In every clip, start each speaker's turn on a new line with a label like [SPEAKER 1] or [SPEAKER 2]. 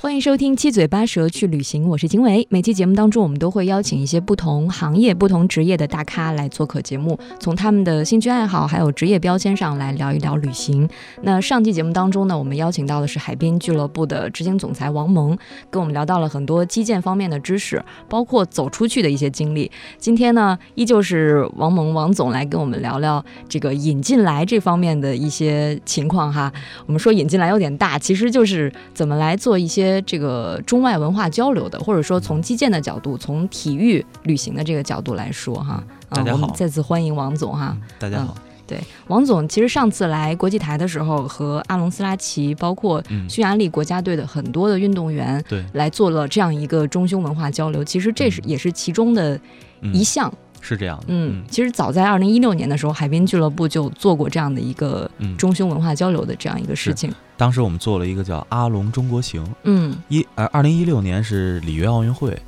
[SPEAKER 1] 欢迎收听《七嘴八舌去旅行》，我是金维。每期节目当中，我们都会邀请一些不同行业、不同职业的大咖来做客节目，从他们的兴趣爱好还有职业标签上来聊一聊旅行。那上期节目当中呢，我们邀请到的是海滨俱乐部的执行总裁王蒙，跟我们聊到了很多基建方面的知识，包括走出去的一些经历。今天呢，依旧是王蒙王总来跟我们聊聊这个引进来这方面的一些情况哈。我们说引进来有点大，其实就是怎么来做一些这个中外文化交流的，或者说从基建的角度，从体育旅行的这个角度来说哈。啊
[SPEAKER 2] 大家好
[SPEAKER 1] 我们再次欢迎王总哈。
[SPEAKER 2] 大家好，
[SPEAKER 1] 对，王总其实上次来国际台的时候，和阿隆斯拉奇，包括
[SPEAKER 2] 嗯，
[SPEAKER 1] 匈牙利国家队的很多的运动员
[SPEAKER 2] 对，
[SPEAKER 1] 来做了这样一个中匈文化交流，其实这是也是其中的
[SPEAKER 2] 嗯
[SPEAKER 1] 一项。
[SPEAKER 2] 是这样的，
[SPEAKER 1] 嗯，，其实早在二零一六年的时候，海滨俱乐部就做过这样的一个
[SPEAKER 2] 嗯
[SPEAKER 1] 中匈文化交流的这样一个事情。
[SPEAKER 2] 当时我们做了一个叫阿龙中国行，
[SPEAKER 1] 嗯
[SPEAKER 2] 一呃，二零一六年是里约奥运会，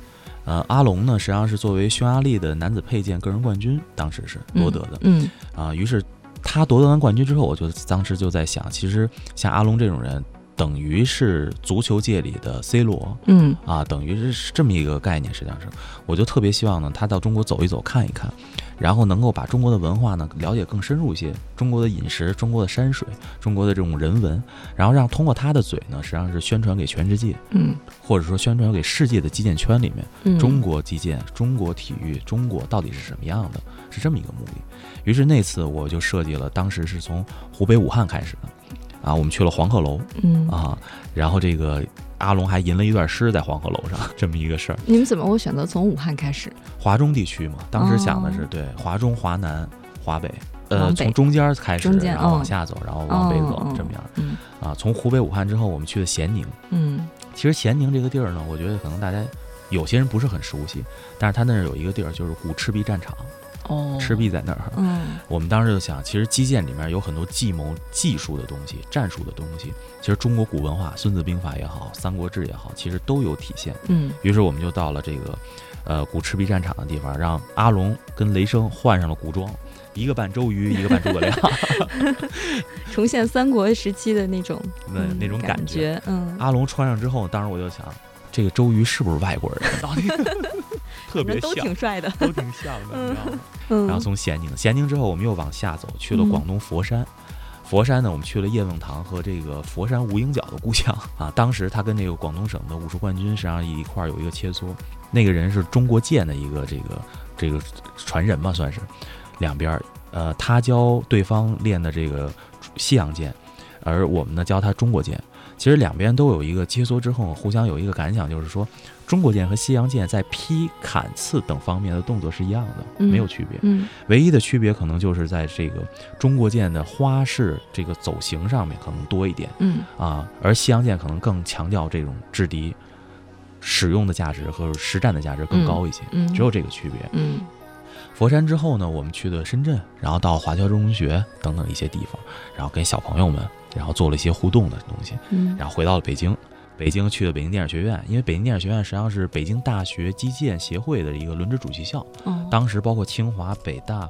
[SPEAKER 2] 呃，阿龙呢实际上是作为匈牙利的男子佩剑个人冠军，当时是
[SPEAKER 1] 嗯
[SPEAKER 2] 夺得的
[SPEAKER 1] 嗯
[SPEAKER 2] 啊、于是他夺得完冠军之后，我就当时就在想，其实像阿龙这种人，等于是足球界里的 C 罗。
[SPEAKER 1] 嗯
[SPEAKER 2] 啊，等于是这么一个概念，实际上是，我就特别希望呢，他到中国走一走，看一看，然后能够把中国的文化呢了解更深入一些，中国的饮食、中国的山水、中国的这种人文，然后让通过他的嘴呢，实际上是宣传给全世界，
[SPEAKER 1] 嗯
[SPEAKER 2] 或者说宣传给世界的击剑圈里面，
[SPEAKER 1] 嗯，
[SPEAKER 2] 中国击剑、中国体育、中国到底是什么样的，是这么一个目的。于是那次我就设计了，当时是从湖北武汉开始的，啊，我们去了黄鹤楼，
[SPEAKER 1] 嗯，
[SPEAKER 2] 啊，然后这个阿龙还吟了一段诗在黄鹤楼上， 这么一个事儿。
[SPEAKER 1] 你们怎么会选择从武汉开始？
[SPEAKER 2] 华中地区嘛，当时想的是、
[SPEAKER 1] 哦
[SPEAKER 2] 对华中、华南、华北，
[SPEAKER 1] 往
[SPEAKER 2] 呃，
[SPEAKER 1] 北
[SPEAKER 2] 从中间开始，
[SPEAKER 1] 中间
[SPEAKER 2] 然后
[SPEAKER 1] 哦
[SPEAKER 2] 往下走，然后往北走，
[SPEAKER 1] 哦
[SPEAKER 2] 这么样。
[SPEAKER 1] 嗯
[SPEAKER 2] 啊，从湖北武汉之后，我们去的咸宁。
[SPEAKER 1] 嗯
[SPEAKER 2] 其实咸宁这个地儿呢，我觉得可能大家有些人不是很熟悉，但是它那儿有一个地儿就是古赤壁战场，
[SPEAKER 1] 哦，
[SPEAKER 2] 赤壁在那儿。
[SPEAKER 1] 嗯
[SPEAKER 2] 我们当时就想，其实击剑里面有很多计谋、技术的东西、战术的东西。其实中国古文化，《孙子兵法》也好，《三国志》也好，其实都有体现。
[SPEAKER 1] 嗯
[SPEAKER 2] 于是我们就到了这个，呃，古赤壁战场的地方，让阿龙跟雷声换上了古装，一个扮周瑜，一个扮诸葛 亮，
[SPEAKER 1] 重现三国时期的那种
[SPEAKER 2] 那
[SPEAKER 1] 嗯
[SPEAKER 2] 那种
[SPEAKER 1] 感
[SPEAKER 2] 感觉。
[SPEAKER 1] 嗯。
[SPEAKER 2] 阿龙穿上之后，当时我就想，这个周瑜是不是外 国人？到底特
[SPEAKER 1] 反
[SPEAKER 2] 别
[SPEAKER 1] 正都
[SPEAKER 2] 像
[SPEAKER 1] 挺，帅的，
[SPEAKER 2] 都挺像的，你知道吗？
[SPEAKER 1] 嗯，
[SPEAKER 2] 然后从咸宁，咸宁之后我们又往下走，去了广东佛山。佛山呢，我们去了叶问堂和这个佛山吴英角的故乡 啊。当时他跟这个广东省的武术冠军实际上一块儿有一个切磋，那个人是中国剑的一个这个这个传人吧，算是两边儿。呃，他教对方练的这个西洋剑，而我们呢教他中国剑。其实两边都有一个切磋之后，互相有一个感想，就是说中国剑和西洋剑在劈、砍、刺等方面的动作是一样的，
[SPEAKER 1] 嗯
[SPEAKER 2] 没有区别。
[SPEAKER 1] 嗯
[SPEAKER 2] 唯一的区别可能就是在这个中国剑的花式这个走形上面可能多一点
[SPEAKER 1] 嗯
[SPEAKER 2] 啊，而西洋剑可能更强调这种制敌使用的价值和实战的价值更高一些，
[SPEAKER 1] 嗯，
[SPEAKER 2] 只有这个区别。
[SPEAKER 1] 嗯
[SPEAKER 2] 佛山之后呢，我们去的深圳，然后到华侨中学等等一些地方，然后跟小朋友们，然后做了一些互动的东西，
[SPEAKER 1] 嗯
[SPEAKER 2] 然后回到了北京。北京去了北京电影学院，因为北京电影学院实际上是北京大学击剑协会的一个轮值主席校，
[SPEAKER 1] 哦
[SPEAKER 2] 当时包括清华、北大，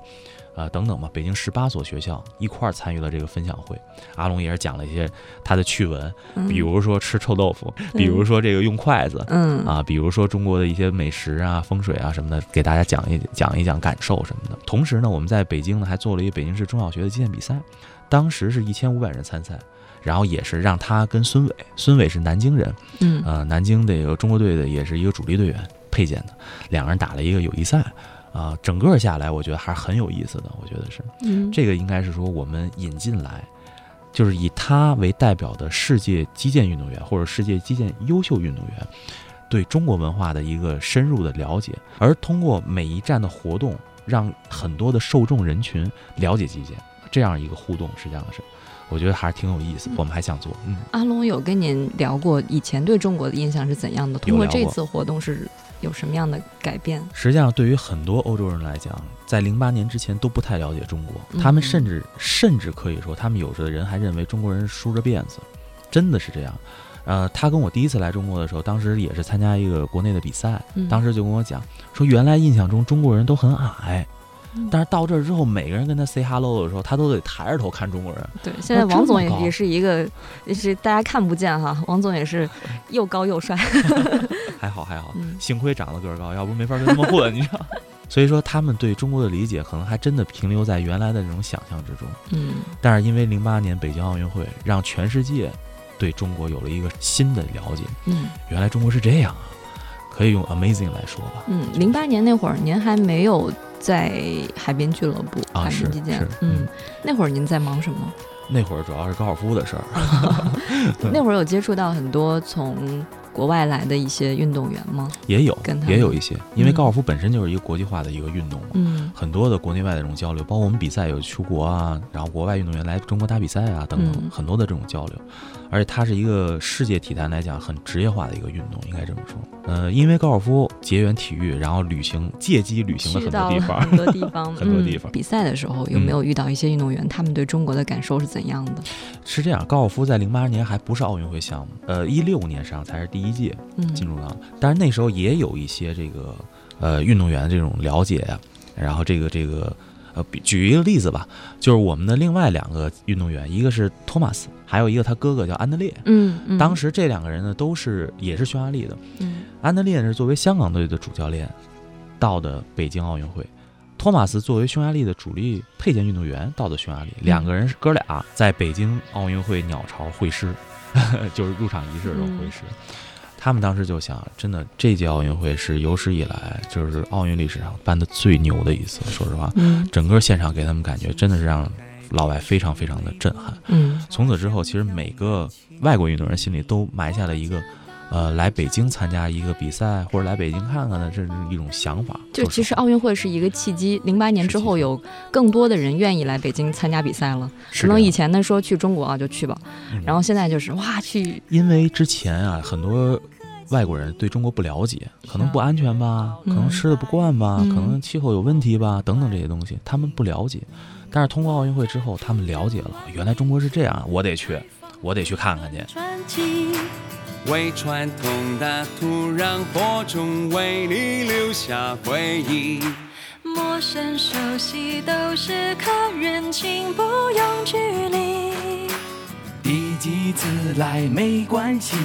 [SPEAKER 2] 呃等等吧，北京十八所学校一块儿参与了这个分享会。阿龙也是讲了一些他的趣闻，
[SPEAKER 1] 嗯
[SPEAKER 2] 比如说吃臭豆腐，比如说这个用筷子。
[SPEAKER 1] 嗯
[SPEAKER 2] 啊，比如说中国的一些美食啊、风水啊什么的，给大家讲一讲一讲感受什么的。同时呢，我们在北京呢还做了一个北京市中小学的击剑比赛，当时是一千五百人参赛，然后也是让他跟孙伟，孙伟是南京人，
[SPEAKER 1] 嗯
[SPEAKER 2] 呃，南京这个中国队的也是一个主力队员，佩剑的，两个人打了一个友谊赛，啊、整个下来我觉得还是很有意思的，我觉得是
[SPEAKER 1] 嗯
[SPEAKER 2] 这个应该是说我们引进来，就是以他为代表的世界击剑运动员或者世界击剑优秀运动员，对中国文化的一个深入的了解，而通过每一站的活动，让很多的受众人群了解击剑，这样一个互动实际上是。我觉得还是挺有意思，我们还想做。嗯，
[SPEAKER 1] 阿龙有跟您聊过以前对中国的印象是怎样的？通
[SPEAKER 2] 有
[SPEAKER 1] 过
[SPEAKER 2] 聊
[SPEAKER 1] 这
[SPEAKER 2] 过
[SPEAKER 1] 次活动是有什么样的改变？
[SPEAKER 2] 实际上对于很多欧洲人来讲，在零八年之前都不太了解中国，他们
[SPEAKER 1] 嗯
[SPEAKER 2] 甚至甚至可以说，他们有的人还认为中国人是梳着辫子，真的是这样。呃，他跟我第一次来中国的时候，当时也是参加一个国内的比赛，
[SPEAKER 1] 嗯
[SPEAKER 2] 当时就跟我讲说，原来印象中中国人都很矮
[SPEAKER 1] 嗯，
[SPEAKER 2] 但是到这儿之后，每个人跟他 say hello 的时候，他都得抬着头看中国 人。
[SPEAKER 1] 对，现在
[SPEAKER 2] 哦这
[SPEAKER 1] 王总
[SPEAKER 2] 么
[SPEAKER 1] 也
[SPEAKER 2] 高
[SPEAKER 1] 也是一个，也是大家看不见哈，王总也是又高又帅。
[SPEAKER 2] 还好还好，
[SPEAKER 1] 嗯
[SPEAKER 2] 幸亏长得个儿高，要不没法跟他们混，你知道。 所以说，他们对中国的理解可能还真的停留在原来的那种想象之中。
[SPEAKER 1] 嗯，
[SPEAKER 2] 但是因为零八年北京奥运会，让全世界对中国有了一个新的了解，
[SPEAKER 1] 嗯
[SPEAKER 2] 原来中国是这样啊，可以用 amazing 来说吧。
[SPEAKER 1] 嗯，零八年那会儿您还没有在海边俱乐部、
[SPEAKER 2] 啊
[SPEAKER 1] 海
[SPEAKER 2] 是
[SPEAKER 1] 边击剑
[SPEAKER 2] 是，
[SPEAKER 1] 嗯
[SPEAKER 2] 嗯，
[SPEAKER 1] 那会儿您在忙什么？
[SPEAKER 2] 那会儿主要是高尔夫的事儿，
[SPEAKER 1] 嗯 那会儿有接触到很多从国外来的一些运动员吗？
[SPEAKER 2] 也有
[SPEAKER 1] 跟他们
[SPEAKER 2] 也有一些，因为
[SPEAKER 1] 嗯
[SPEAKER 2] 高尔夫本身就是一个国际化的一个运动嘛。
[SPEAKER 1] 嗯
[SPEAKER 2] 很多的国内外的这种交流，包括我们比赛有出国啊，然后国外运动员来中国打比赛啊等等，
[SPEAKER 1] 嗯
[SPEAKER 2] 很多的这种交流。而且它是一个世界体坛来讲很职业化的一个运动，应该这么说。呃，因为高尔夫结缘体育，然后旅行借机旅行了
[SPEAKER 1] 去
[SPEAKER 2] 很
[SPEAKER 1] 到
[SPEAKER 2] 多
[SPEAKER 1] 了
[SPEAKER 2] 地方。
[SPEAKER 1] 很多地方，
[SPEAKER 2] 很多地
[SPEAKER 1] 嗯
[SPEAKER 2] 方
[SPEAKER 1] 比赛的时候有没有遇到一些运动员，他们对中国的感受是怎样的？
[SPEAKER 2] 是这样，高尔夫在零八年还不是奥运会项目，呃，一六年实际上才是第一届
[SPEAKER 1] 嗯，
[SPEAKER 2] 进入到，但是那时候也有一些这个呃运动员的这种了解呀，然后这个这个呃，比举一个例子吧，就是我们的另外两个运动员，一个是托马斯，还有一个他哥哥叫安德烈。
[SPEAKER 1] 嗯，嗯
[SPEAKER 2] 当，时这两个人呢都是也是匈牙利的，
[SPEAKER 1] 嗯
[SPEAKER 2] 安德烈是作为香港队的主教练到的北京奥运会，托马斯作为匈牙利的主力配件运动员到的匈牙利，两个人是哥俩在北京奥运会鸟巢会师， 就是入场仪式的时候会师。他们当时就想，真的这届奥运会是有史以来就是奥运历史上办的最牛的一次。说实话，
[SPEAKER 1] 嗯
[SPEAKER 2] 整个现场给他们感觉真的是让老外非常非常的震撼。
[SPEAKER 1] 嗯
[SPEAKER 2] 从此之后，其实每个外国运动员心里都埋下了一个，呃，来北京参加一个比赛或者来北京看看的这是一种想法。
[SPEAKER 1] 就
[SPEAKER 2] 说
[SPEAKER 1] 其
[SPEAKER 2] 实
[SPEAKER 1] 实哦奥运会是一个契机，零八年之后
[SPEAKER 2] 是契机
[SPEAKER 1] 有更多的人愿意来北京参加比赛了。
[SPEAKER 2] 话
[SPEAKER 1] 可能以，前呢说去中国啊就去吧，
[SPEAKER 2] 是这样嗯
[SPEAKER 1] 然后现在就是哇去，
[SPEAKER 2] 因为之前啊，很多外国人对中国不了解，可能不安全吧，可
[SPEAKER 1] 嗯
[SPEAKER 2] 能吃的不惯吧，
[SPEAKER 1] 嗯
[SPEAKER 2] 可能气候有问题吧，等等这些东西，他们不了解。但是通过奥运会之后，他们了解了，原来中国是这样，我得去，我得去看看去。
[SPEAKER 3] 传奇。
[SPEAKER 4] 为传统的土壤播种，为你留下回忆。
[SPEAKER 5] 陌生熟悉都是客人，请不用距离。
[SPEAKER 6] 第几次来没关系，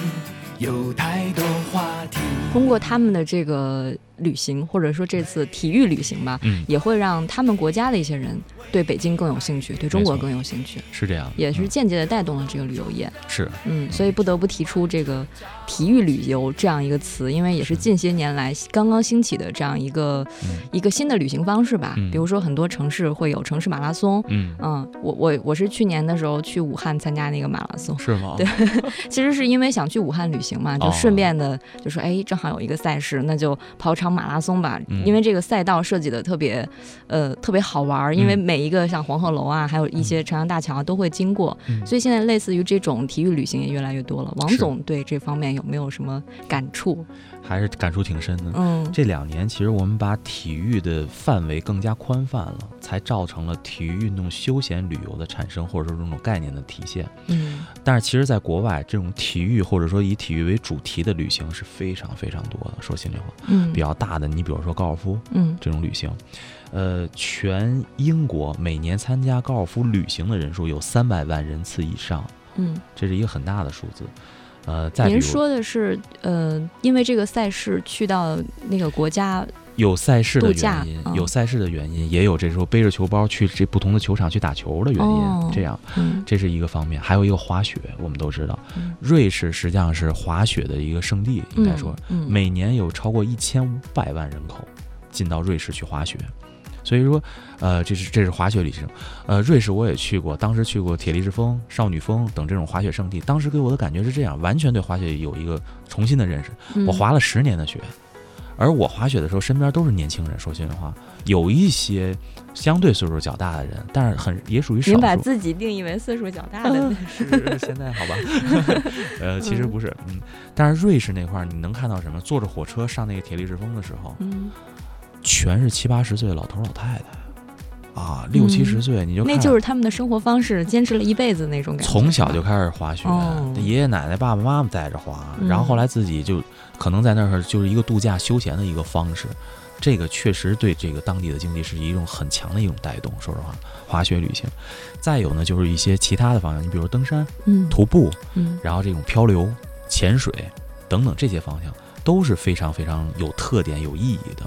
[SPEAKER 6] 有太多话题。
[SPEAKER 1] 通过他们的这个旅行或者说这次体育旅行吧，
[SPEAKER 2] 嗯
[SPEAKER 1] 也会让他们国家的一些人对北京更有兴趣，对中国
[SPEAKER 2] 没错
[SPEAKER 1] 更有兴趣，
[SPEAKER 2] 是这样的，
[SPEAKER 1] 也是
[SPEAKER 2] 嗯
[SPEAKER 1] 间接的带动了这个旅游业。
[SPEAKER 2] 是
[SPEAKER 1] 嗯，所以不得不提出这个体育旅游这样一个词，因为也是近些年来刚刚兴起的这样一个、
[SPEAKER 2] 嗯
[SPEAKER 1] 一个新的旅行方式吧。
[SPEAKER 2] 嗯
[SPEAKER 1] 比如说很多城市会有城市马拉松。
[SPEAKER 2] 嗯
[SPEAKER 1] 嗯，我我我是去年的时候去武汉参加那个马拉松，
[SPEAKER 2] 是吗？
[SPEAKER 1] 对其实是因为想去武汉旅行嘛，就
[SPEAKER 2] 哦
[SPEAKER 1] 顺便的就说，哎，正好有一个赛事，那就跑场马拉松吧。
[SPEAKER 2] 嗯
[SPEAKER 1] 因为这个赛道设计的特别，呃，特别好玩儿，因为
[SPEAKER 2] 嗯
[SPEAKER 1] 每一个像黄鹤楼啊，还有一些长江大桥啊都会经过，
[SPEAKER 2] 嗯
[SPEAKER 1] 所以现在类似于这种体育旅行也越来越多了。王
[SPEAKER 2] 是
[SPEAKER 1] 总对这方面有没有什么感触？
[SPEAKER 2] 还是感触挺深的。
[SPEAKER 1] 嗯
[SPEAKER 2] 这两年，其实我们把体育的范围更加宽泛了，才造成了体育运动休闲旅游的产生，或者说这种概念的体现。
[SPEAKER 1] 嗯
[SPEAKER 2] 但是，其实在国外，这种体育或者说以体育为主题的旅行是非常非常多的。说心里话，
[SPEAKER 1] 嗯
[SPEAKER 2] 比较大的，你比如说高尔夫
[SPEAKER 1] 嗯
[SPEAKER 2] 这种旅行，呃，全英国每年参加高尔夫旅行的人数有三百万人次以上，
[SPEAKER 1] 嗯，
[SPEAKER 2] 这是一个很大的数字。呃，再比
[SPEAKER 1] 您
[SPEAKER 2] 如
[SPEAKER 1] 说的是，呃，因为这个赛事去到那个国家，
[SPEAKER 2] 有赛事的
[SPEAKER 1] 度假
[SPEAKER 2] 原因，
[SPEAKER 1] 嗯
[SPEAKER 2] 有赛事的原因，也有这时候背着球包去这不同的球场去打球的原因。
[SPEAKER 1] 哦
[SPEAKER 2] 这样，
[SPEAKER 1] 嗯
[SPEAKER 2] 这是一个方面，还有一个滑雪，我们都知道，
[SPEAKER 1] 嗯
[SPEAKER 2] 瑞士实际上是滑雪的一个圣地，应该说、，
[SPEAKER 1] 嗯嗯
[SPEAKER 2] 每年有超过一千五百万人口进到瑞士去滑雪。所以说，呃，这是这是滑雪旅行，呃，瑞士我也去过，当时去过铁力士峰、少女峰等这种滑雪圣地，当时给我的感觉是这样，完全对滑雪有一个重新的认识。我
[SPEAKER 1] 嗯
[SPEAKER 2] 滑了十年的雪，而我滑雪的时候，身边都是年轻人。说心里话，有一些相对岁数较大的人，但是很也属于少
[SPEAKER 1] 您把
[SPEAKER 2] 数。
[SPEAKER 1] 自己定义为岁数较大的那
[SPEAKER 2] 是现在好吧？ 呃，其实不是，嗯。但是瑞士那块儿，你能看到什么？坐着火车上那个铁力士峰的时候，
[SPEAKER 1] 嗯，
[SPEAKER 2] 全是七八十岁的老头老太太，啊，六七十岁你就
[SPEAKER 1] 嗯那
[SPEAKER 2] 看
[SPEAKER 1] 就是他们的生活方式，坚持了一辈子那种感觉。
[SPEAKER 2] 从小就开始滑雪
[SPEAKER 1] 哦，
[SPEAKER 2] 爷爷奶奶、爸爸妈妈带着滑，
[SPEAKER 1] 嗯
[SPEAKER 2] 然后后来自己就可能在那儿就是一个度假休闲的一个方式。这个确实对这个当地的经济是一种很强的一种带动。说实话，滑雪旅行，再有呢就是一些其他的方向，你比如登山、
[SPEAKER 1] 嗯
[SPEAKER 2] 徒步，
[SPEAKER 1] 嗯
[SPEAKER 2] 然后这种漂流、潜水等等这些方向都是非常非常有特点、有意义的。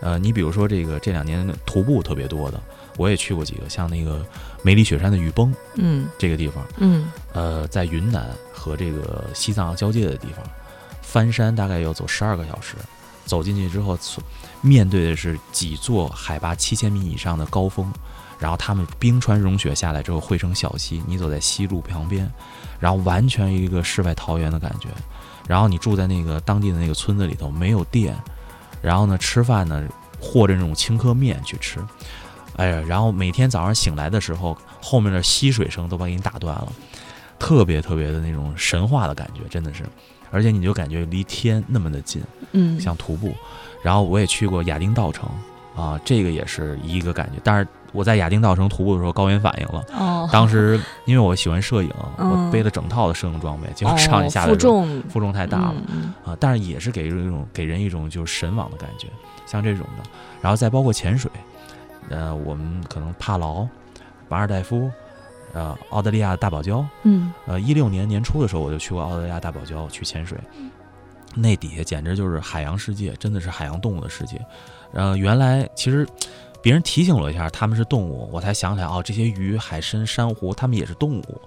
[SPEAKER 2] 呃，你比如说这个这两年的徒步特别多的，我也去过几个，像那个梅里雪山的雨崩
[SPEAKER 1] 嗯
[SPEAKER 2] 这个地方，
[SPEAKER 1] 嗯
[SPEAKER 2] 呃，在云南和这个西藏交界的地方，翻山大概要走十二个小时。走进去之后，从面对的是几座海拔七千米以上的高峰，然后他们冰川融雪下来之后汇成小溪，你走在溪路旁边，然后完全一个世外桃源的感觉。然后你住在那个当地的那个村子里头，没有电，然后呢吃饭呢和着那种青稞面去吃，哎呀，然后每天早上醒来的时候，后面的溪水声都把你打断了。特别特别的那种神话的感觉，真的是，而且你就感觉离天那么的近，
[SPEAKER 1] 嗯，
[SPEAKER 2] 像徒步。然后我也去过亚丁道城啊，这个也是一个感觉。但是我在亚丁道城徒步的时候高原反应了，
[SPEAKER 1] 哦，
[SPEAKER 2] 当时因为我喜欢摄影，
[SPEAKER 1] 嗯
[SPEAKER 2] 我背了整套的摄影装备，结果
[SPEAKER 1] 哦
[SPEAKER 2] 上去下来
[SPEAKER 1] 负
[SPEAKER 2] 的时候
[SPEAKER 1] 重
[SPEAKER 2] 负重太大了，
[SPEAKER 1] 嗯
[SPEAKER 2] 啊，但是也是给人一种给人一种就是神往的感觉，像这种的，然后再包括潜水，呃，我们可能帕劳、马尔代夫，呃，澳大利亚的大堡礁，
[SPEAKER 1] 嗯
[SPEAKER 2] 呃，一六年年初的时候，我就去过澳大利亚大堡礁去潜水，
[SPEAKER 1] 嗯
[SPEAKER 2] 那底下简直就是海洋世界，真的是海洋动物的世界。呃，原来其实别人提醒了我一下，他们是动物，我才想起来哦，这些鱼、海参、珊瑚，它们也是动物。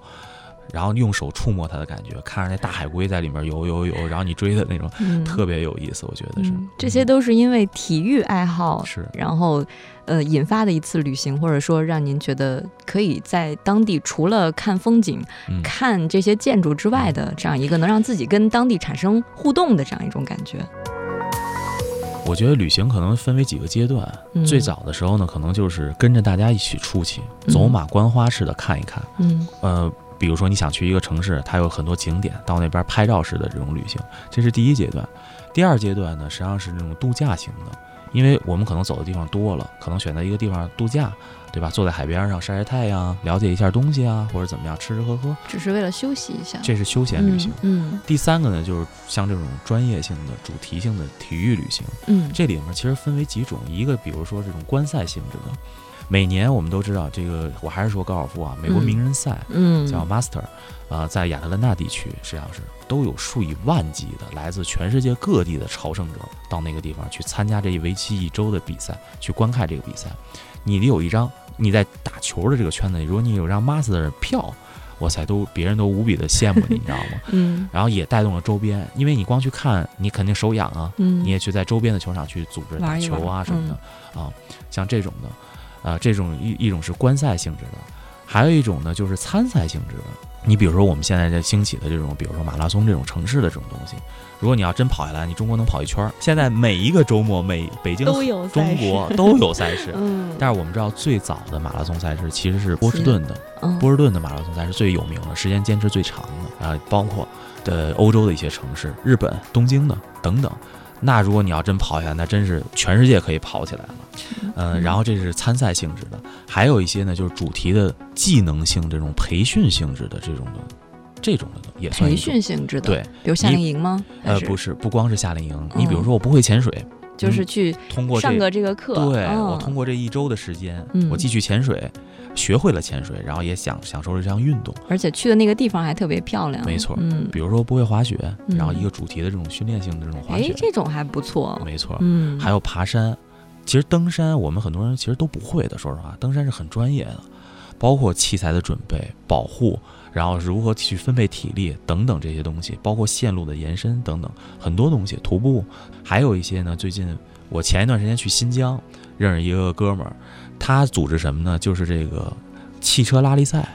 [SPEAKER 2] 然后用手触摸它的感觉，看着那大海龟在里面游游游，然后你追的那种，
[SPEAKER 1] 嗯，
[SPEAKER 2] 特别有意思，我觉得是
[SPEAKER 1] 嗯。这些都是因为体育爱好，
[SPEAKER 2] 是
[SPEAKER 1] 然后呃引发的一次旅行，或者说让您觉得可以在当地除了看风景、
[SPEAKER 2] 嗯
[SPEAKER 1] 看这些建筑之外的这样一个能让自己跟当地产生互动的这样一种感觉。
[SPEAKER 2] 我觉得旅行可能分为几个阶段。
[SPEAKER 1] 嗯
[SPEAKER 2] 最早的时候呢，可能就是跟着大家一起出去，走马观花似的看一看。
[SPEAKER 1] 嗯
[SPEAKER 2] 呃，比如说你想去一个城市，它有很多景点，到那边拍照式的这种旅行，这是第一阶段。第二阶段呢，实际上是那种度假型的，因为我们可能走的地方多了，可能选择一个地方度假，对吧？坐在海边上晒晒太阳，了解一下东西啊，或者怎么样，吃吃喝喝，
[SPEAKER 1] 只是为了休息一下，
[SPEAKER 2] 这是休闲旅行。
[SPEAKER 1] 嗯
[SPEAKER 2] 第三个呢，就是像这种专业性的、主题性的体育旅行，
[SPEAKER 1] 嗯
[SPEAKER 2] 这里面其实分为几种，一个比如说这种观赛性质的，每年我们都知道这个，我还是说高尔夫啊，美国
[SPEAKER 1] 嗯
[SPEAKER 2] 名人赛，
[SPEAKER 1] 嗯
[SPEAKER 2] 叫 Master，呃，在亚特兰大地区实际上是都有数以万计的来自全世界各地的朝圣者到那个地方去参加这一为期一周的比赛，去观看这个比赛。你得有一张你在打球的这个圈子里，如果你有张 Master 的票，哇塞，都别人都无比的羡慕你，你知道吗？
[SPEAKER 1] 嗯
[SPEAKER 2] 然后也带动了周边，因为你光去看，你肯定手痒啊，
[SPEAKER 1] 嗯，
[SPEAKER 2] 你也去在周边的球场去组织打
[SPEAKER 1] 玩一
[SPEAKER 2] 球啊
[SPEAKER 1] 玩嗯
[SPEAKER 2] 什么的、啊，像这种的，啊、这种一一种是观赛性质的，还有一种呢就是参赛性质的。你比如说我们现在在兴起的这种，比如说马拉松这种城市的这种东西，如果你要真跑下来，你中国能跑一圈儿。现在每一个周末，每北京、
[SPEAKER 1] 都有
[SPEAKER 2] 中
[SPEAKER 1] 赛事。
[SPEAKER 2] 国都有赛事
[SPEAKER 1] 嗯
[SPEAKER 2] 但是我们知道，最早的马拉松赛事其实是波士顿的，
[SPEAKER 1] 嗯
[SPEAKER 2] 波士顿的马拉松赛是最有名的，时间坚持最长的啊，包括的欧洲的一些城市，日本东京的等等。那如果你要真跑下来，那真是全世界可以跑起来了。嗯、然后这是参赛性质的，还有一些呢，就是主题的技能性这种培训性质的这种的，这种的也算一
[SPEAKER 1] 培
[SPEAKER 2] 种
[SPEAKER 1] 训性质的，
[SPEAKER 2] 对，
[SPEAKER 1] 比如夏令
[SPEAKER 2] 你
[SPEAKER 1] 营吗？还
[SPEAKER 2] 呃，不是，不光是夏令营，你比如
[SPEAKER 1] 嗯
[SPEAKER 2] 说我不会潜水，
[SPEAKER 1] 就是
[SPEAKER 2] 嗯
[SPEAKER 1] 去
[SPEAKER 2] 通过这
[SPEAKER 1] 上个这个课，
[SPEAKER 2] 对、
[SPEAKER 1] 嗯
[SPEAKER 2] 我通过这一周的时间，
[SPEAKER 1] 嗯
[SPEAKER 2] 我继续潜水，学会了潜水，然后也享享受了这项运动。
[SPEAKER 1] 而且去的那个地方还特别漂亮，
[SPEAKER 2] 没错
[SPEAKER 1] 嗯，
[SPEAKER 2] 比如说不会滑雪，
[SPEAKER 1] 嗯
[SPEAKER 2] 然后一个主题的这种训练性的这种滑
[SPEAKER 1] 哎
[SPEAKER 2] 雪，，
[SPEAKER 1] 这种还不错，
[SPEAKER 2] 没错。
[SPEAKER 1] 嗯，
[SPEAKER 2] 还有爬山，其实登山我们很多人其实都不会的，说实话，登山是很专业的，包括器材的准备、保护，然后如何去分配体力等等这些东西，包括线路的延伸等等很多东西。徒步，还有一些呢，最近我前一段时间去新疆认识一个哥们儿，他组织什么呢？就是这个汽车拉力赛。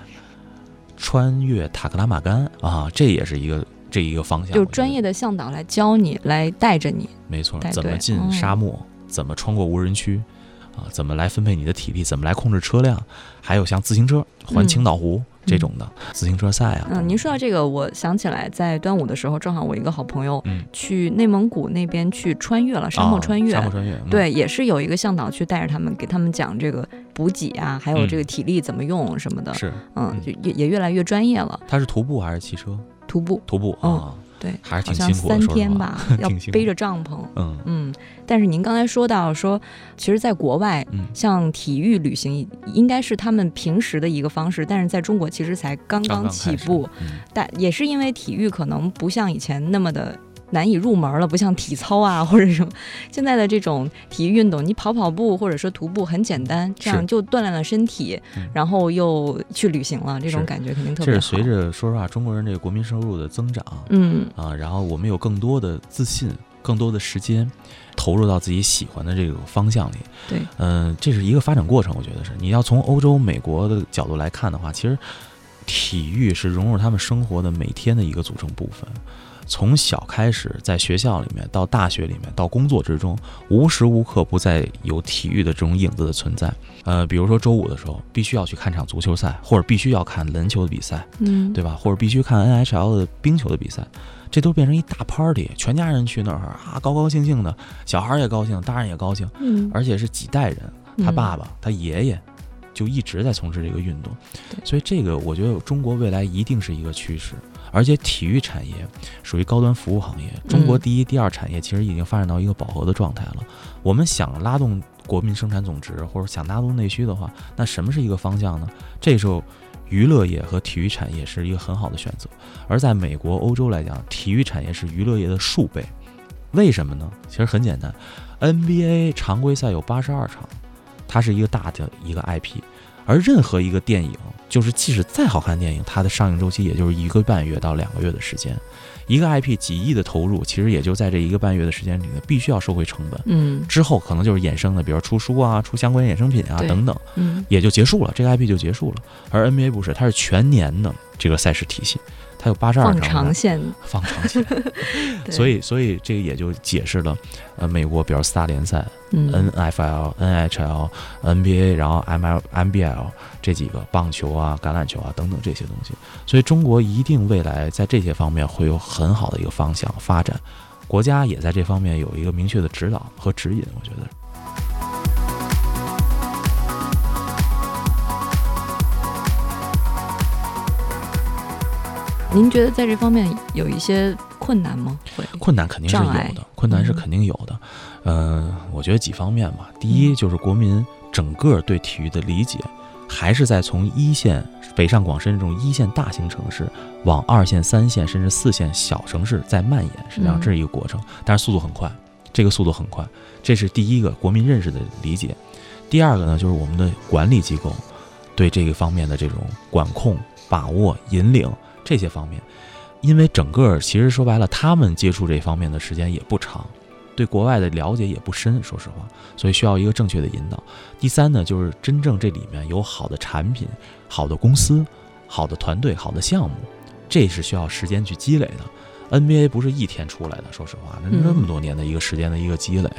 [SPEAKER 2] 穿越塔克拉玛干啊，这也是一个这一个方向。
[SPEAKER 1] 就
[SPEAKER 2] 我
[SPEAKER 1] 是
[SPEAKER 2] 觉
[SPEAKER 1] 专
[SPEAKER 2] 得
[SPEAKER 1] 业的向导来教你，嗯来带着你。
[SPEAKER 2] 没错
[SPEAKER 1] 带，
[SPEAKER 2] 怎么
[SPEAKER 1] 队
[SPEAKER 2] 进
[SPEAKER 1] 嗯
[SPEAKER 2] 沙漠，怎么穿过无人区，啊，怎么来分配你的体力，怎么来控制车辆，还有像自行车环
[SPEAKER 1] 嗯
[SPEAKER 2] 青岛湖这种的自行车赛啊。
[SPEAKER 1] 嗯，您说到这个，我想起来，在端午的时候，正好我一个好朋友
[SPEAKER 2] 嗯
[SPEAKER 1] 去内蒙古那边去穿越了沙漠
[SPEAKER 2] 啊
[SPEAKER 1] 穿越，
[SPEAKER 2] 沙漠穿越，嗯，
[SPEAKER 1] 对，也是有一个向导去带着他们，给他们讲这个补给啊，还有这个体力怎么用什么的，
[SPEAKER 2] 嗯是，
[SPEAKER 1] 嗯
[SPEAKER 2] 嗯，
[SPEAKER 1] 就也也越来越专业了。
[SPEAKER 2] 它是徒步还是骑车？
[SPEAKER 1] 徒步
[SPEAKER 2] 徒步
[SPEAKER 1] 嗯
[SPEAKER 2] 啊，
[SPEAKER 1] 对，
[SPEAKER 2] 还是
[SPEAKER 1] 好
[SPEAKER 2] 挺
[SPEAKER 1] 像
[SPEAKER 2] 辛苦的，
[SPEAKER 1] 三
[SPEAKER 2] 说实
[SPEAKER 1] 天
[SPEAKER 2] 话。
[SPEAKER 1] 吧，要
[SPEAKER 2] 挺辛
[SPEAKER 1] 背
[SPEAKER 2] 苦
[SPEAKER 1] 着帐篷。
[SPEAKER 2] 嗯
[SPEAKER 1] 嗯，但是您刚才说到说，其实，在国外，
[SPEAKER 2] 嗯，
[SPEAKER 1] 像体育旅行应该是他们平时的一个方式，但是在中国其实才刚
[SPEAKER 2] 刚
[SPEAKER 1] 刚
[SPEAKER 2] 刚
[SPEAKER 1] 起
[SPEAKER 2] 开始
[SPEAKER 1] 步，，
[SPEAKER 2] 嗯
[SPEAKER 1] 但也是因为体育可能不像以前那么的难以入门了，不像体操啊或者什么，现在的这种体育运动，你跑跑步或者说徒步很简单，这样
[SPEAKER 2] 是
[SPEAKER 1] 就锻炼了身体，
[SPEAKER 2] 嗯
[SPEAKER 1] 然后又去旅行了，这种
[SPEAKER 2] 是
[SPEAKER 1] 感觉肯定特
[SPEAKER 2] 这
[SPEAKER 1] 别好。
[SPEAKER 2] 是随着说实话中国人这个国民收入的增长，
[SPEAKER 1] 嗯
[SPEAKER 2] 啊，然后我们有更多的自信，更多的时间投入到自己喜欢的这个方向里。
[SPEAKER 1] 对，
[SPEAKER 2] 嗯、这是一个发展过程，我觉得是。你要从欧洲、美国的角度来看的话，其实体育是融入他们生活的每天的一个组成部分。从小开始，在学校里面，到大学里面，到工作之中，无时无刻不再有体育的这种影子的存在。呃，比如说周五的时候，必须要去看场足球赛，或者必须要看篮球的比赛，
[SPEAKER 1] 嗯，
[SPEAKER 2] 对吧？或者必须看 NHL 的冰球的比赛，这都变成一大 party，全家人去那儿啊，高高兴兴的，小孩儿也高兴，大人也高兴，
[SPEAKER 1] 嗯，
[SPEAKER 2] 而且是几代人，他
[SPEAKER 1] 嗯
[SPEAKER 2] 爸爸、他爷爷就一直在从事这个运动，
[SPEAKER 1] 对
[SPEAKER 2] 所以这个我觉得中国未来一定是一个趋势。而且体育产业属于高端服务行业，中国
[SPEAKER 1] 嗯
[SPEAKER 2] 第一、第二产业其实已经发展到一个饱和的状态了。我们想拉动国民生产总值，或者想拉动内需的话，那什么是一个方向呢？这时候，娱乐业和体育产业是一个很好的选择。而在美国、欧洲来讲，体育产业是娱乐业的数倍。为什么呢？其实很简单，NBA 常规赛有八十二场，它是一个大的一个 IP，而任何一个电影，就是即使再好看的电影，它的上映周期也就是一个半月到两个月的时间。一个 IP 几亿的投入，其实也就在这一个半月的时间里面，必须要收回成本。
[SPEAKER 1] 嗯
[SPEAKER 2] 之后可能就是衍生的，比如出书啊、出相关衍生品啊
[SPEAKER 1] 对
[SPEAKER 2] 等等，
[SPEAKER 1] 嗯
[SPEAKER 2] 也就结束了，这个 IP 就结束了。而 NBA 不是，它是全年的这个赛事体系，它有八十二
[SPEAKER 1] 放
[SPEAKER 2] 场
[SPEAKER 1] 长线，
[SPEAKER 2] 放长 线，
[SPEAKER 1] 对
[SPEAKER 2] 所以所以这个也就解释了，呃，美国比如四大联赛、
[SPEAKER 1] 嗯
[SPEAKER 2] NFL、NHL、NBA，然后 ML、MBL 这几个棒球啊、橄榄球啊等等这些东西，所以中国一定未来在这些方面会有很好的一个方向发展，国家也在这方面有一个明确的指导和指引，我觉得。
[SPEAKER 1] 您觉得在这方面有一些困难吗？会
[SPEAKER 2] 困难肯定是
[SPEAKER 1] 障
[SPEAKER 2] 有
[SPEAKER 1] 碍
[SPEAKER 2] 的，困难是
[SPEAKER 1] 嗯
[SPEAKER 2] 肯定有的。嗯、我觉得几方面吧。第一就是国民整个对体育的理解，还是在从一线北上广深这种一线大型城市往二线、三线甚至四线小城市在蔓延，实际上
[SPEAKER 1] 嗯
[SPEAKER 2] 这是一个过程，但是速度很快，这个速度很快，这是第一个国民认识的理解。第二个呢，就是我们的管理机构对这个方面的这种管控、把握、引领这些方面，因为整个其实说白了，他们接触这方面的时间也不长，对国外的了解也不深，说实话，所以需要一个正确的引导。第三呢，就是真正这里面有好的产品、好的公司、好的团队、好的项目，这是需要时间去积累的。NBA 不是一天出来的，说实话，那
[SPEAKER 1] 嗯
[SPEAKER 2] 那么多年的一个时间的一个积累，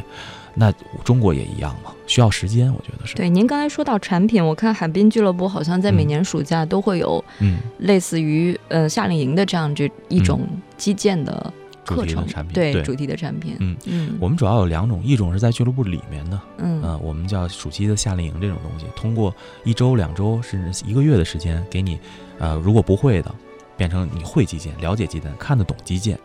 [SPEAKER 2] 那中国也一样嘛，需要时间，我觉得是。
[SPEAKER 1] 对，您刚才说到产品，我看海滨俱乐部好像在每
[SPEAKER 2] 嗯
[SPEAKER 1] 年暑假都会有
[SPEAKER 2] 嗯，
[SPEAKER 1] 类似于呃夏令营的这样这一种基建的课
[SPEAKER 2] 主题
[SPEAKER 1] 程，
[SPEAKER 2] 的产品
[SPEAKER 1] 对
[SPEAKER 2] 对
[SPEAKER 1] 主题的产品，
[SPEAKER 2] 嗯
[SPEAKER 1] 嗯
[SPEAKER 2] 我们主要有两种，一种是在俱乐部里面的，
[SPEAKER 1] 嗯
[SPEAKER 2] 呃，我们叫暑期的夏令营这种东西，通过一周、两周甚至一个月的时间，给你，呃，如果不会的，变成你会击剑，了解击剑，看得懂击剑。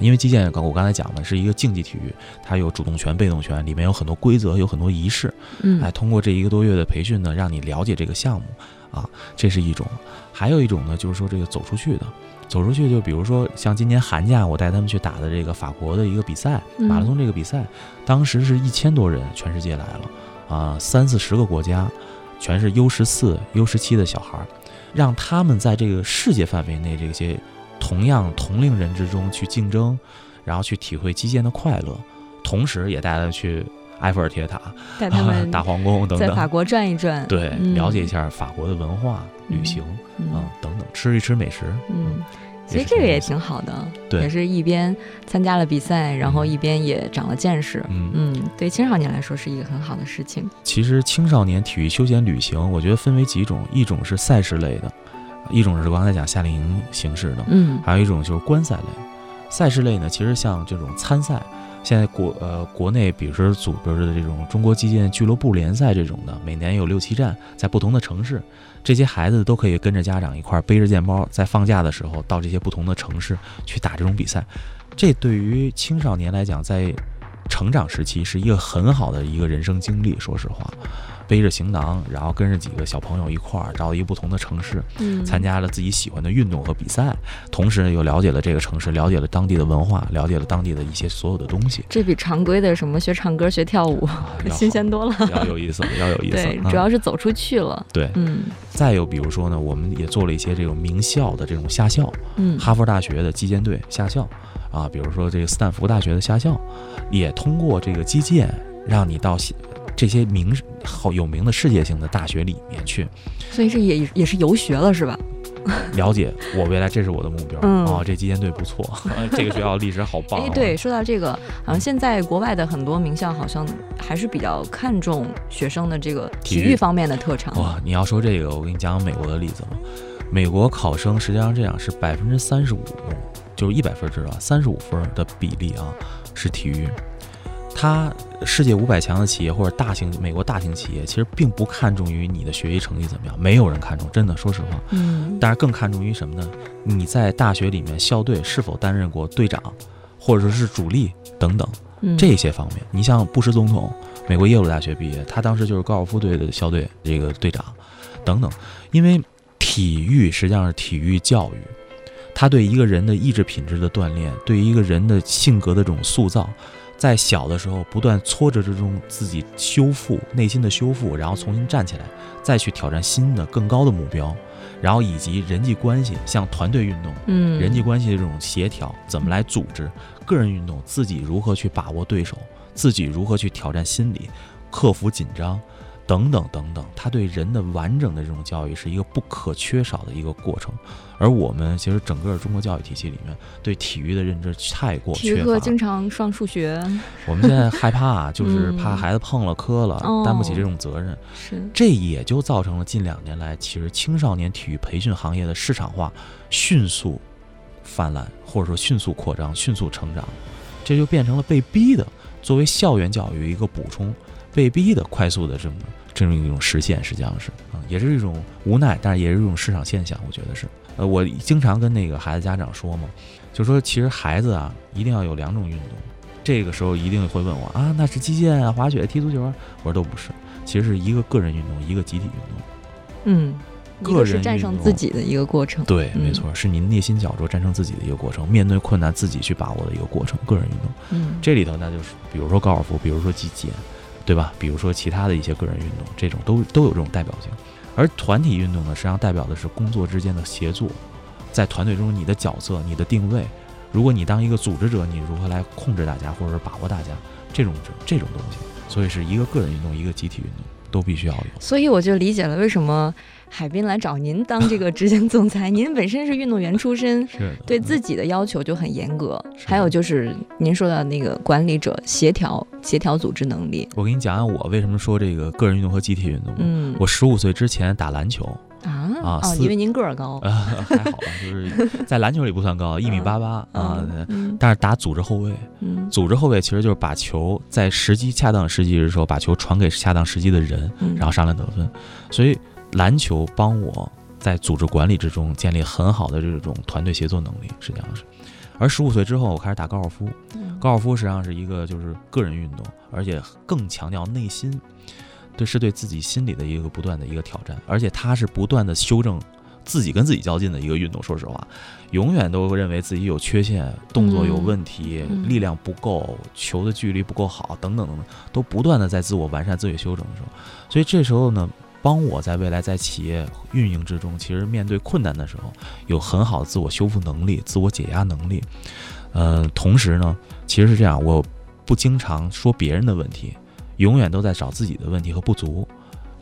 [SPEAKER 2] 因为击剑，我刚才讲了，是一个竞技体育，它有主动权、被动权，里面有很多规则，有很多仪式。哎，
[SPEAKER 1] 嗯
[SPEAKER 2] 通过这一个多月的培训呢，让你了解这个项目啊，这是一种；还有一种呢，就是说这个走出去的，走出去就比如说像今年寒假我带他们去打的这个法国的一个比赛，
[SPEAKER 1] 嗯
[SPEAKER 2] 马拉松这个比赛，当时是一千多人，全世界来了啊，三四十个国家，全是 U 十四、U 十七的小孩儿，让他们在这个世界范围内这些同样同龄人之中去竞争，然后去体会击剑的快乐，同时也带他去。埃菲尔铁塔，
[SPEAKER 1] 带他 们
[SPEAKER 2] 大皇宫等
[SPEAKER 1] 在
[SPEAKER 2] 等，
[SPEAKER 1] 法国转一转，
[SPEAKER 2] 对，了解一
[SPEAKER 1] 下，
[SPEAKER 2] 下法国的文化、旅行啊、
[SPEAKER 1] 嗯
[SPEAKER 2] 等等，吃一吃美食。
[SPEAKER 1] 嗯，所以这个也挺好的，
[SPEAKER 2] 对
[SPEAKER 1] 也是一边参加了比赛，然后一边也长了见识。
[SPEAKER 2] 嗯
[SPEAKER 1] 嗯，对青少年来说是一个很好的事情。
[SPEAKER 2] 其实青少年体育休闲旅行，我觉得分为几种，一种是赛事类的，一种是我刚才讲夏令营形式的，
[SPEAKER 1] 嗯
[SPEAKER 2] 还有一种就是观赛类。赛事类呢，其实像这种参赛，现在国呃国内，比如说组织的这种中国击剑俱乐部联赛这种的，每年有六七站，在不同的城市，这些孩子都可以跟着家长一块儿背着剑包，在放假的时候到这些不同的城市去打这种比赛。这对于青少年来讲，在成长时期是一个很好的一个人生经历。说实话，背着行囊，然后跟着几个小朋友一块儿到一个不同的城市，
[SPEAKER 1] 嗯
[SPEAKER 2] 参加了自己喜欢的运动和比赛，同时呢又了解了这个城市，了解了当地的文化，了解了当地的一些所有的东西，
[SPEAKER 1] 这比常规的什么学唱歌、学跳舞
[SPEAKER 2] 啊要
[SPEAKER 1] 新鲜多了。
[SPEAKER 2] 好要有意思，要有意思。
[SPEAKER 1] 对，
[SPEAKER 2] 啊
[SPEAKER 1] 主要是走出去了。
[SPEAKER 2] 对。
[SPEAKER 1] 嗯
[SPEAKER 2] 再有比如说呢，我们也做了一些这种名校的这种夏校，
[SPEAKER 1] 嗯，
[SPEAKER 2] 哈佛大学的击剑队下校啊，比如说这个斯坦福大学的下校，也通过这个击剑，让你到西这些名好有名的世界性的大学里面去
[SPEAKER 1] 所以这也也是游学了，是吧？
[SPEAKER 2] 了解。我未来这是我的目标、
[SPEAKER 1] 嗯
[SPEAKER 2] 啊，这击剑队不错， 这个学校历史好棒、
[SPEAKER 1] 哎
[SPEAKER 2] 啊。，
[SPEAKER 1] 对，说到这个，好像现在国外的很多名校好像还是比较看重学生的这个体
[SPEAKER 2] 体
[SPEAKER 1] 育
[SPEAKER 2] 育
[SPEAKER 1] 方面的特长。
[SPEAKER 2] 哇，你要说这个，我给你讲讲美国的例子吧。美国考生实际上这样是百分之三十五，就是一百分制啊，三十五分的比例啊是体育。它世界五百强的企业或者大型美国大型企业，其实并不看重于你的学习成绩怎么样，没有人看重，真的，说实话。
[SPEAKER 1] 嗯，
[SPEAKER 2] 但是更看重于什么呢？你在大学里面校队是否担任过队长，或者说是主力等等。
[SPEAKER 1] 嗯
[SPEAKER 2] 这些方面。你像布什总统，美国耶鲁大学毕业，他当时就是高尔夫队的校队这个队长，等等。因为体育实际上是体育教育，它对一个人的意志品质的锻炼，对一个人的性格的这种塑造。在小的时候，不断挫折之中，自己修复内心的修复，然后重新站起来，再去挑战新的更高的目标，然后以及人际关系，像团队运动，
[SPEAKER 1] 嗯
[SPEAKER 2] 人际关系的这种协调，怎么来组织个人运动，自己如何去把握对手，自己如何去挑战心理，克服紧张，等等等等，他对人的完整的这种教育是一个不可缺少的一个过程。而我们其实整个中国教育体系里面对体育的认知太过
[SPEAKER 1] 体育
[SPEAKER 2] 缺
[SPEAKER 1] 课
[SPEAKER 2] 乏
[SPEAKER 1] 经。常上数学，
[SPEAKER 2] 我们现在害怕啊，就是
[SPEAKER 1] 嗯
[SPEAKER 2] 怕孩子碰了磕了，担不起这种责任。
[SPEAKER 1] 是
[SPEAKER 2] 这也就造成了近两年来，其实青少年体育培训行业的市场化迅速泛滥，或者说迅速扩张、迅速成长，这就变成了被逼的作为校园教育一个补充，被逼的快速的这么这种一种实现，实际上是啊、也是一种无奈，但是也是一种市场现象，我觉得是。呃，我经常跟那个孩子家长说嘛，就说其实孩子啊，一定要有两种运动。这个时候一定会问我啊，那是击剑啊、滑雪、踢足球啊？我说都不是，其实是一个个人运动，一个集体运动。
[SPEAKER 1] 嗯，一
[SPEAKER 2] 个
[SPEAKER 1] 个是
[SPEAKER 2] 人
[SPEAKER 1] 战
[SPEAKER 2] 运
[SPEAKER 1] 胜
[SPEAKER 2] 动
[SPEAKER 1] 自己的一个过程。
[SPEAKER 2] 对，
[SPEAKER 1] 嗯
[SPEAKER 2] 没错，是您内心焦灼战胜自己的一个过程，面对困难自己去把握的一个过程，个人运动。
[SPEAKER 1] 嗯，
[SPEAKER 2] 这里头那就是，比如说高尔夫，比如说击剑，对吧？比如说其他的一些个人运动，这种都都有这种代表性。而团体运动呢，实际上代表的是工作之间的协作，在团队中你的角色、你的定位。如果你当一个组织者，你如何来控制大家，或者是把握大家，这种这种东西，所以是一个个人运动，一个集体运动，都必须要有。
[SPEAKER 1] 所以我就理解了为什么海滨来找您当这个执行总裁， 您本身是运动员出身。
[SPEAKER 2] 是的，
[SPEAKER 1] 对自己的要求就很严格，
[SPEAKER 2] 是
[SPEAKER 1] 还有就是您说的那个管理者协调、协调组织能力，
[SPEAKER 2] 我给你讲讲我为什么说这个个人运动和集体运动。
[SPEAKER 1] 嗯，
[SPEAKER 2] 我十五岁之前打篮球，
[SPEAKER 1] 啊
[SPEAKER 2] 啊
[SPEAKER 1] 哦，
[SPEAKER 2] 四
[SPEAKER 1] 因为您个儿高，
[SPEAKER 2] 呃， 还好吧，就是在篮球里不算高，一米八八啊，
[SPEAKER 1] 嗯
[SPEAKER 2] 但是打组织后卫，
[SPEAKER 1] 嗯
[SPEAKER 2] 组织后卫其实就是把球在时机恰当时机的时候，把球传给恰当时机的人，
[SPEAKER 1] 嗯，
[SPEAKER 2] 然后上篮得分。所以篮球帮我在组织管理之中建立很好的这种团队协作能力，实际上是。而十五岁之后，我开始打高尔夫，
[SPEAKER 1] 嗯
[SPEAKER 2] 高尔夫实际上是一个就是个人运动，而且更强调内心，对是对自己心理的一个不断的一个挑战，而且它是不断的修正自己跟自己较劲的一个运动。说实话，永远都认为自己有缺陷，动作有问题，
[SPEAKER 1] 嗯嗯
[SPEAKER 2] 力量不够，球的距离不够好，等等等等，都不断的在自我完善、自我修整的时候，所以这时候呢。帮我在未来在企业运营之中，其实面对困难的时候，有很好的自我修复能力、自我解压能力。呃，同时呢，其实是这样，我不经常说别人的问题，永远都在找自己的问题和不足。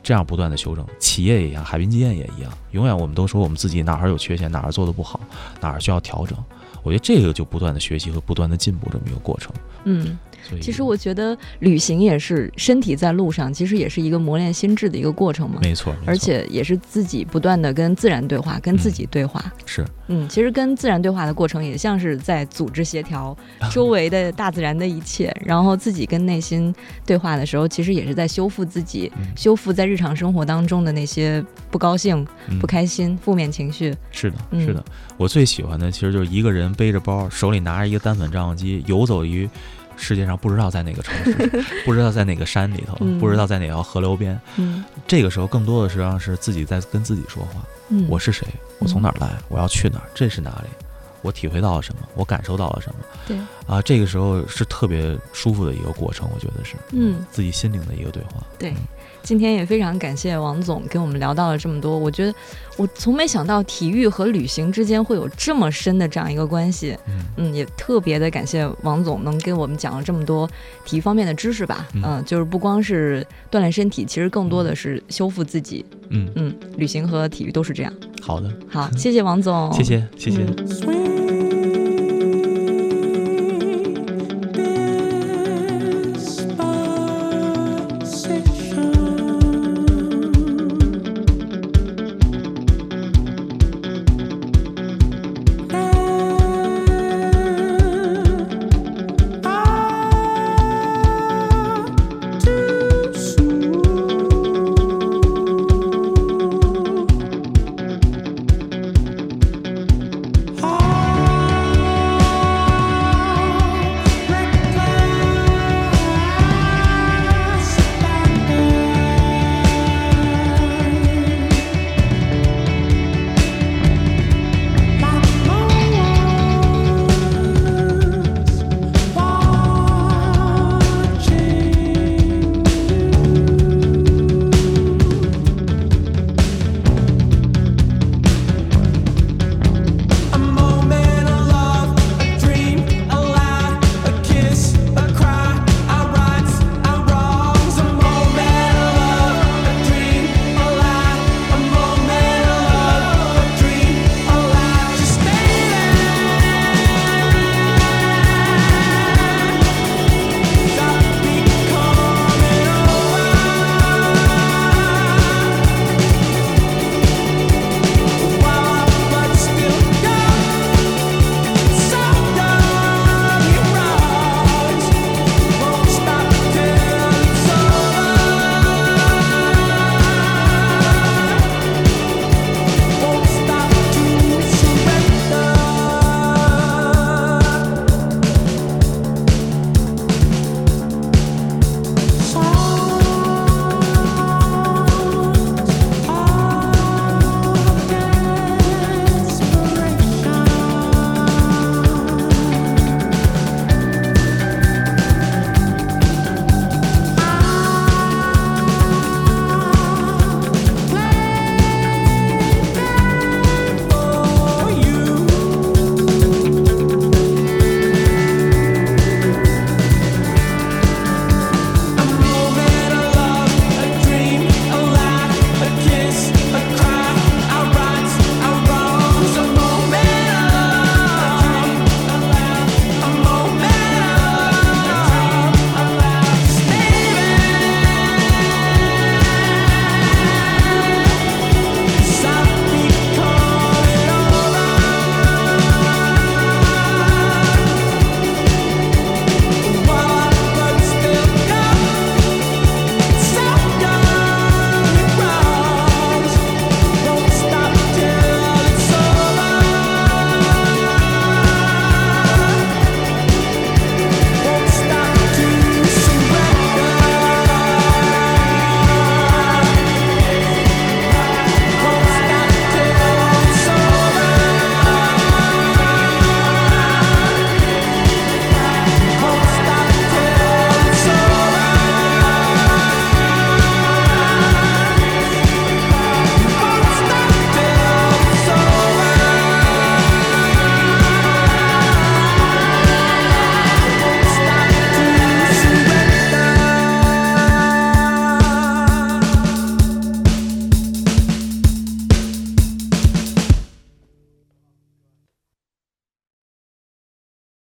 [SPEAKER 2] 这样不断的修正。企业也一样，海滨基业也一样，永远我们都说我们自己哪儿有缺陷，哪儿做的不好，哪儿需要调整。我觉得这个就不断的学习和不断的进步这么一个过程。
[SPEAKER 1] 嗯，
[SPEAKER 2] 所以
[SPEAKER 1] 其实我觉得旅行也是身体在路上，其实也是一个磨练心智的一个过程嘛。
[SPEAKER 2] 没错，没错
[SPEAKER 1] 而且也是自己不断的跟自然对话，跟自己对话。
[SPEAKER 2] 是
[SPEAKER 1] 嗯，其实跟自然对话的过程也像是在组织协 调周围的大自然的一切，然后自己跟内心对话的时候，其实也是在修复自己，
[SPEAKER 2] 嗯
[SPEAKER 1] 修复在日常生活当中的那些不高兴、
[SPEAKER 2] 嗯
[SPEAKER 1] 不开心、负面情绪。
[SPEAKER 2] 是的，
[SPEAKER 1] 嗯
[SPEAKER 2] 是的。我最喜欢的其实就是一个人背着包，手里拿着一个单反照相机，游走于世界上不知道在哪个城市， 不知道在哪个山里头，
[SPEAKER 1] 嗯
[SPEAKER 2] 不知道在哪条河流边。
[SPEAKER 1] 嗯
[SPEAKER 2] 这个时候，更多的实际上是自己在跟自己说话：
[SPEAKER 1] 嗯，
[SPEAKER 2] 我是谁？我从哪儿来？我要去哪儿？这是哪里？我体会到了什么？我感受到了什么？
[SPEAKER 1] 对
[SPEAKER 2] 啊，这个时候是特别舒服的一个过程，我觉得是，
[SPEAKER 1] 嗯，
[SPEAKER 2] 自己心灵的一个对话。
[SPEAKER 1] 对。今天也非常感谢王总跟我们聊到了这么多，我觉得我从没想到体育和旅行之间会有这么深的这样一个关系。
[SPEAKER 2] 嗯
[SPEAKER 1] 嗯，也特别的感谢王总能给我们讲了这么多体育方面的知识吧。
[SPEAKER 2] 嗯
[SPEAKER 1] 嗯、就是不光是锻炼身体，其实更多的是修复自己。
[SPEAKER 2] 嗯，
[SPEAKER 1] 嗯，旅行和体育都是这样。
[SPEAKER 2] 好的，
[SPEAKER 1] 好，谢谢王总，
[SPEAKER 2] 谢谢，谢谢。
[SPEAKER 1] 嗯
[SPEAKER 5] Sweet